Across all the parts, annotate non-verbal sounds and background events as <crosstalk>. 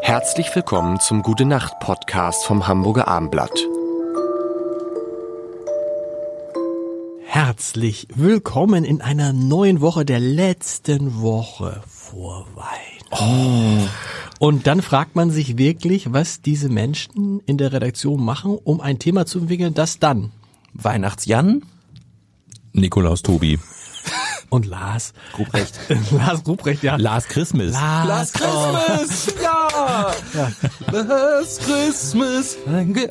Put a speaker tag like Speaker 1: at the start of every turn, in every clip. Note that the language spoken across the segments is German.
Speaker 1: Herzlich willkommen zum Gute Nacht Podcast vom Hamburger Armblatt.
Speaker 2: Herzlich willkommen in einer neuen Woche, der letzten Woche vor Weihnachten.
Speaker 3: Oh.
Speaker 2: Und dann fragt man sich wirklich, was diese Menschen in der Redaktion machen, um ein Thema zu entwickeln, das dann
Speaker 3: Weihnachtsjan? Nikolaus Tobi.
Speaker 2: <laughs> und Lars
Speaker 3: Ruprecht.
Speaker 2: <laughs> Lars Ruprecht, ja.
Speaker 3: Last Christmas.
Speaker 2: Lars.
Speaker 3: Christmas! Ja! Last Christmas!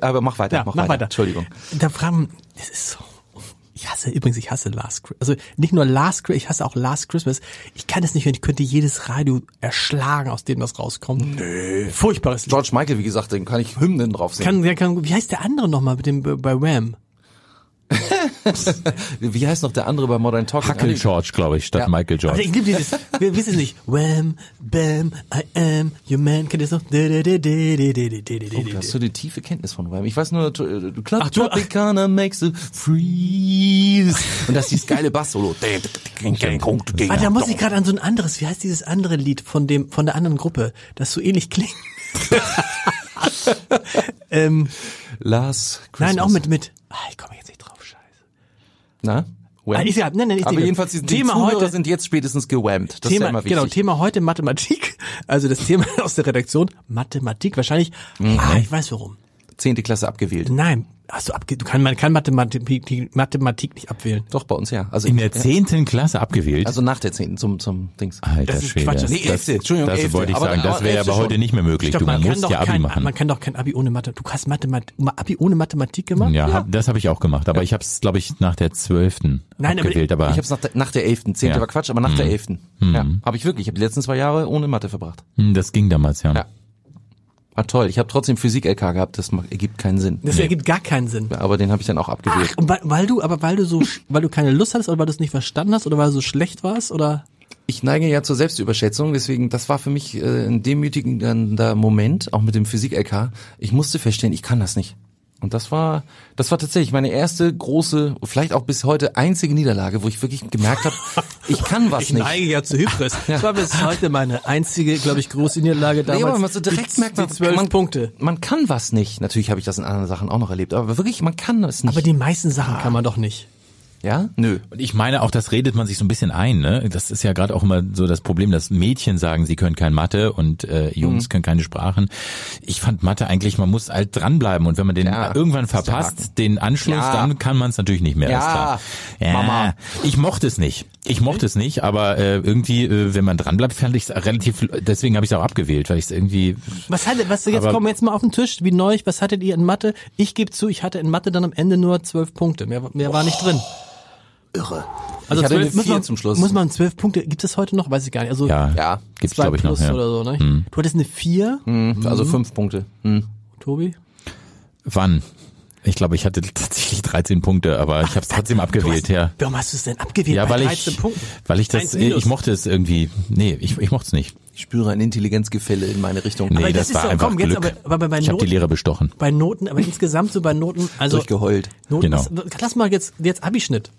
Speaker 3: Aber mach weiter,
Speaker 2: Ja,
Speaker 3: mach,
Speaker 2: mach
Speaker 3: weiter.
Speaker 2: weiter.
Speaker 3: Entschuldigung.
Speaker 2: Da fragen, es ist so. Ich hasse übrigens, ich hasse Last Christmas. Also nicht nur Last Christmas, ich hasse auch Last Christmas. Ich kann es nicht hören. Ich könnte jedes Radio erschlagen, aus dem das rauskommt. Nö. Furchtbares Lied.
Speaker 3: George Michael, wie gesagt, den kann ich Hymnen drauf singen.
Speaker 2: Kann, der kann, wie heißt der andere nochmal mit dem äh, bei Wham?
Speaker 3: wie heißt noch der andere bei Modern Talking?
Speaker 4: Michael George, glaube ich, statt
Speaker 3: Ja.
Speaker 4: Michael
Speaker 2: Also
Speaker 4: George.
Speaker 2: ich liebe
Speaker 3: <laughs>
Speaker 2: dieses. Wir wissen es nicht. Wham, bam, I am your man. Kennt ihr das noch?
Speaker 3: Oh, da hast du die tiefe Kenntnis von Wham. Ich weiß nur, to- äh, Club
Speaker 2: Ach, du-
Speaker 3: Tropicana makes a freeze. Und das ist dieses
Speaker 2: <laughs>
Speaker 3: geile Bass-Solo.
Speaker 2: Ah, da muss ich gerade an so ein anderes. Wie heißt dieses andere Lied von dem von der anderen Gruppe, das so ähnlich
Speaker 3: <laughs>
Speaker 2: klingt? <laughs> ähm,
Speaker 3: Last Christmas.
Speaker 2: nein, auch mit mit. Ah, ich komme jetzt nicht drauf. Scheiße.
Speaker 3: Na? Wham?
Speaker 2: Ah, ist ja- nein, nein, ist
Speaker 3: Aber
Speaker 2: egal.
Speaker 3: jedenfalls, die, die
Speaker 2: Thema
Speaker 3: Zuhörer
Speaker 2: heute-
Speaker 3: sind jetzt spätestens gewammt. Das ist ja
Speaker 2: Thema,
Speaker 3: immer wichtig.
Speaker 2: genau, Thema heute Mathematik. Also das Thema <laughs> aus der Redaktion Mathematik. Wahrscheinlich. Ah, ich weiß warum.
Speaker 3: Zehnte Klasse abgewählt.
Speaker 2: Nein, hast du abge. Du kann man kann Mathematik Mathematik nicht abwählen.
Speaker 3: Doch, bei uns ja. Also
Speaker 4: In
Speaker 3: ja.
Speaker 4: der zehnten Klasse abgewählt.
Speaker 3: Also nach der zehnten zum, zum Dings.
Speaker 4: Alter
Speaker 2: das ist
Speaker 4: Schwede.
Speaker 2: Quatsch, das-
Speaker 3: Nee, elfte, Entschuldigung,
Speaker 4: das
Speaker 3: elfte.
Speaker 4: wollte ich
Speaker 3: Aber-
Speaker 4: sagen. Das
Speaker 3: aber
Speaker 4: wäre
Speaker 3: elfte
Speaker 4: aber heute
Speaker 3: schon.
Speaker 4: nicht mehr möglich.
Speaker 2: Stopp,
Speaker 4: du, man,
Speaker 2: kann
Speaker 4: muss
Speaker 2: doch
Speaker 4: ja Abi
Speaker 2: kein,
Speaker 4: machen.
Speaker 2: Man kann doch kein Abi ohne Mathe. Du hast Mathematik, um Abi ohne Mathematik gemacht?
Speaker 4: ja, Hab, das habe ich auch gemacht. Aber ich habe es, glaube ich, nach der zwölften
Speaker 2: Nein, aber
Speaker 4: abgewählt. Aber,
Speaker 3: Ich hab's nach der, nach der elften. Zehnte
Speaker 4: Ja. Mhm.
Speaker 3: war Quatsch, aber nach der elften. Ja, habe ich wirklich. Ich habe die letzten zwei Jahre ohne Mathe verbracht.
Speaker 4: hm, das ging damals, ja.
Speaker 3: Ja. War toll. Ich habe trotzdem Physik-LK gehabt. Das ma- ergibt keinen Sinn.
Speaker 2: Das ergibt gar keinen Sinn.
Speaker 3: Aber den habe ich dann auch abgewählt.
Speaker 2: Ach, und weil, weil du, aber weil du so, sch- weil du keine Lust hattest oder weil du es nicht verstanden hast oder weil du so schlecht warst oder?
Speaker 3: Ich neige ja zur Selbstüberschätzung, deswegen, das war für mich äh, ein demütigender Moment, auch mit dem Physik-LK. Ich musste verstehen, ich kann das nicht. Und das war, das war tatsächlich meine erste große, vielleicht auch bis heute einzige Niederlage, wo ich wirklich gemerkt
Speaker 4: <laughs>
Speaker 3: habe, ich kann was nicht.
Speaker 2: ja zu Hybris. Das war bis heute meine einzige, glaube ich, große Niederlage damals.
Speaker 3: Nee, aber man so direkt
Speaker 2: die,
Speaker 3: merkt man,
Speaker 2: die zwölf
Speaker 3: man,
Speaker 2: Punkte.
Speaker 3: man kann was nicht. Natürlich habe ich das in anderen Sachen auch noch erlebt, aber wirklich, man kann das nicht.
Speaker 2: Aber die meisten Sachen kann man doch nicht.
Speaker 3: ja? Nö.
Speaker 4: Und ich meine auch, das redet man sich so ein bisschen ein. Ne? Das ist ja gerade auch immer so das Problem, dass Mädchen sagen, sie können kein Mathe und äh,
Speaker 3: Mhm.
Speaker 4: Jungs können keine Sprachen. Ich fand Mathe eigentlich, man muss halt dranbleiben und wenn man den
Speaker 3: Ja,
Speaker 4: irgendwann
Speaker 3: das ist der
Speaker 4: verpasst, den Anschluss,
Speaker 3: Ja.
Speaker 4: dann kann man es natürlich nicht mehr.
Speaker 3: Ja,
Speaker 4: ist klar. ja,
Speaker 3: Mama.
Speaker 4: Ich mochte es nicht. Ich mochte es nicht, aber äh, irgendwie, äh, wenn man dranbleibt, fand ich es relativ, deswegen habe ich es auch abgewählt, weil ich es irgendwie...
Speaker 2: Was hatte, was jetzt
Speaker 4: Aber-
Speaker 2: kommen wir jetzt mal auf den Tisch, wie neu, was hattet ihr in Mathe? Ich gebe zu, ich hatte in Mathe dann am Ende nur zwölf Punkte. Mehr, mehr war nicht drin.
Speaker 3: Irre.
Speaker 2: Also
Speaker 3: ich hatte
Speaker 2: 12
Speaker 3: eine
Speaker 2: muss
Speaker 3: vier
Speaker 2: man,
Speaker 3: zum Schluss.
Speaker 2: Muss man zwölf Punkte, gibt es heute noch? Weiß ich gar nicht. Also
Speaker 4: Ja,
Speaker 3: Ja,
Speaker 4: gibt's
Speaker 2: zwei
Speaker 4: glaube ich noch.
Speaker 2: plus
Speaker 4: Ja. Mhm.
Speaker 2: oder so, ne? Du hattest eine vier,
Speaker 3: Hm, also fünf Punkte. Hm.
Speaker 2: Tobi?
Speaker 4: Wann? Ich glaube, ich hatte <laughs> tatsächlich 13 Punkte, aber ich habe es trotzdem abgewählt,
Speaker 2: du hast,
Speaker 4: ja.
Speaker 2: Warum hast du es denn abgewählt
Speaker 4: Ja,
Speaker 2: bei
Speaker 4: weil
Speaker 2: 13
Speaker 4: ich,
Speaker 2: Punkten?
Speaker 4: weil ich das,
Speaker 2: Eins minus.
Speaker 4: ich mochte es irgendwie. Nee, ich, ich mochte es nicht.
Speaker 3: Ich spüre ein Intelligenzgefälle in meine Richtung.
Speaker 4: Nee,
Speaker 2: Aber das
Speaker 4: das,
Speaker 2: ist
Speaker 4: war
Speaker 2: doch-
Speaker 4: einfach
Speaker 2: komm, jetzt
Speaker 4: Glück.
Speaker 2: aber- aber bei
Speaker 4: ich habe die
Speaker 2: Noten-
Speaker 4: Lehrer bestochen.
Speaker 2: Bei Noten, aber insgesamt so bei Noten, also
Speaker 3: Durchgeheult.
Speaker 2: Noten
Speaker 4: Genau.
Speaker 2: ist, lass mal jetzt jetzt Abischnitt.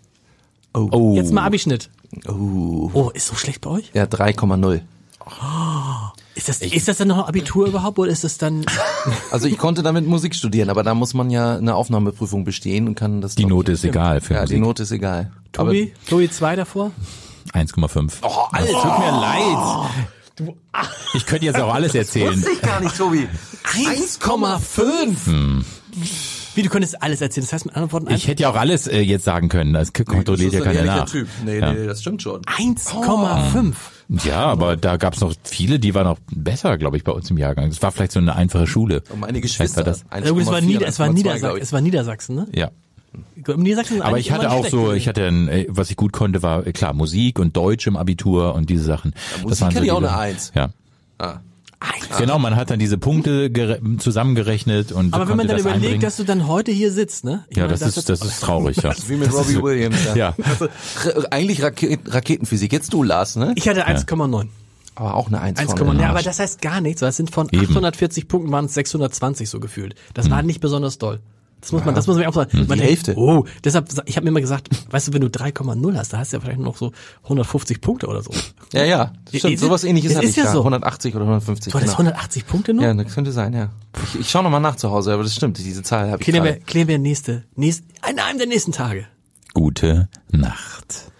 Speaker 4: Oh,
Speaker 2: Jetzt mal Abischnitt.
Speaker 3: Uh.
Speaker 2: Oh, ist so schlecht bei euch?
Speaker 3: Ja, 3,0.
Speaker 2: Ist das ist das dann noch Abitur überhaupt oder ist das dann
Speaker 3: Also ich konnte damit Musik studieren, aber da muss man ja eine Aufnahmeprüfung bestehen und kann das...
Speaker 4: die
Speaker 3: glaub ich-
Speaker 4: Note ist egal für
Speaker 3: Ja, die
Speaker 4: Musik.
Speaker 3: Note ist egal.
Speaker 2: Tobi, Tobi 2 davor?
Speaker 4: 1,5. Oh, alles tut mir leid. <laughs> Ich könnte jetzt auch alles erzählen.
Speaker 3: ich gar nicht, Tobi.
Speaker 2: 1,5. Wie du könntest alles erzählen. Das heißt mit anderen Worten
Speaker 4: Ich hätte ja auch alles äh, jetzt sagen können. Das k- kontrolliert ja keiner nach.
Speaker 3: Nee,
Speaker 4: Ja.
Speaker 3: nee, das stimmt schon.
Speaker 2: 1,5.
Speaker 4: Oh. Ja, aber da gab's noch viele, die waren auch besser, glaube ich, bei uns im Jahrgang. Das war vielleicht so eine einfache Schule.
Speaker 3: Und meine
Speaker 4: Vielleicht
Speaker 3: Um Geschwister.
Speaker 4: war das.
Speaker 2: Also gut, es war,
Speaker 3: 1,4,
Speaker 2: Nieder, es, war
Speaker 3: 1,2,
Speaker 2: Niedersachsen,
Speaker 3: glaub ich.
Speaker 2: es war Niedersachsen, ne?
Speaker 4: Ja.
Speaker 2: Im Niedersachsen sind
Speaker 4: Aber
Speaker 2: eigentlich
Speaker 4: ich hatte
Speaker 2: immer
Speaker 4: auch
Speaker 2: schlecht ne?
Speaker 4: so,
Speaker 2: gewesen.
Speaker 4: ich hatte, ein, äh, was ich gut konnte, war äh, klar Musik und Deutsch im Abitur und diese Sachen.
Speaker 3: Musik
Speaker 4: das waren so
Speaker 3: hatte ich auch
Speaker 4: die-
Speaker 3: eine Eins.
Speaker 4: Ja.
Speaker 3: Ah.
Speaker 4: Genau, man hat dann diese Punkte gere- zusammengerechnet und
Speaker 2: Aber wenn man
Speaker 4: konnte
Speaker 2: dann
Speaker 4: das
Speaker 2: überlegt,
Speaker 4: einbringen.
Speaker 2: dass du dann heute hier sitzt, ne? Ich
Speaker 4: ja,
Speaker 2: meine,
Speaker 4: das ist das ist traurig. Ja.
Speaker 3: Wie mit
Speaker 4: Das ist-
Speaker 3: Robbie Williams.
Speaker 4: Ja.
Speaker 3: Also, r- eigentlich Rake Raketenphysik. Jetzt du, Lars, ne?
Speaker 2: <laughs> Ich hatte 1,9.
Speaker 3: Aber auch eine 1, 1
Speaker 2: 1,9. Ja, aber das
Speaker 3: Hm.
Speaker 2: heißt gar nichts, weil es sind von 840 Punkten waren es 620 so gefühlt. Das war nicht besonders doll. Das muss man, das muss man auch sagen. Man denkt,
Speaker 3: Hälfte.
Speaker 2: Oh, deshalb, ich habe mir immer gesagt, weißt du, wenn du 3,0 hast, da hast du ja vielleicht noch so 150 Punkte oder so.
Speaker 3: Ja, ja, stimmt.
Speaker 2: Ist-
Speaker 3: Sowas ähnliches
Speaker 2: es
Speaker 3: hatte
Speaker 2: ist
Speaker 3: ich
Speaker 2: ja
Speaker 3: da.
Speaker 2: so.
Speaker 3: 180 oder 150.
Speaker 2: Du hattest 180 Punkte nur?
Speaker 3: Ja, das könnte sein, ja. Ich, ich schaue nochmal nach zu Hause, aber das stimmt, diese Zahl habe ich
Speaker 2: Klären wir,
Speaker 3: gerade.
Speaker 2: klären wir nächste, nächste, an einem der nächsten Tage.
Speaker 4: Gute Nacht.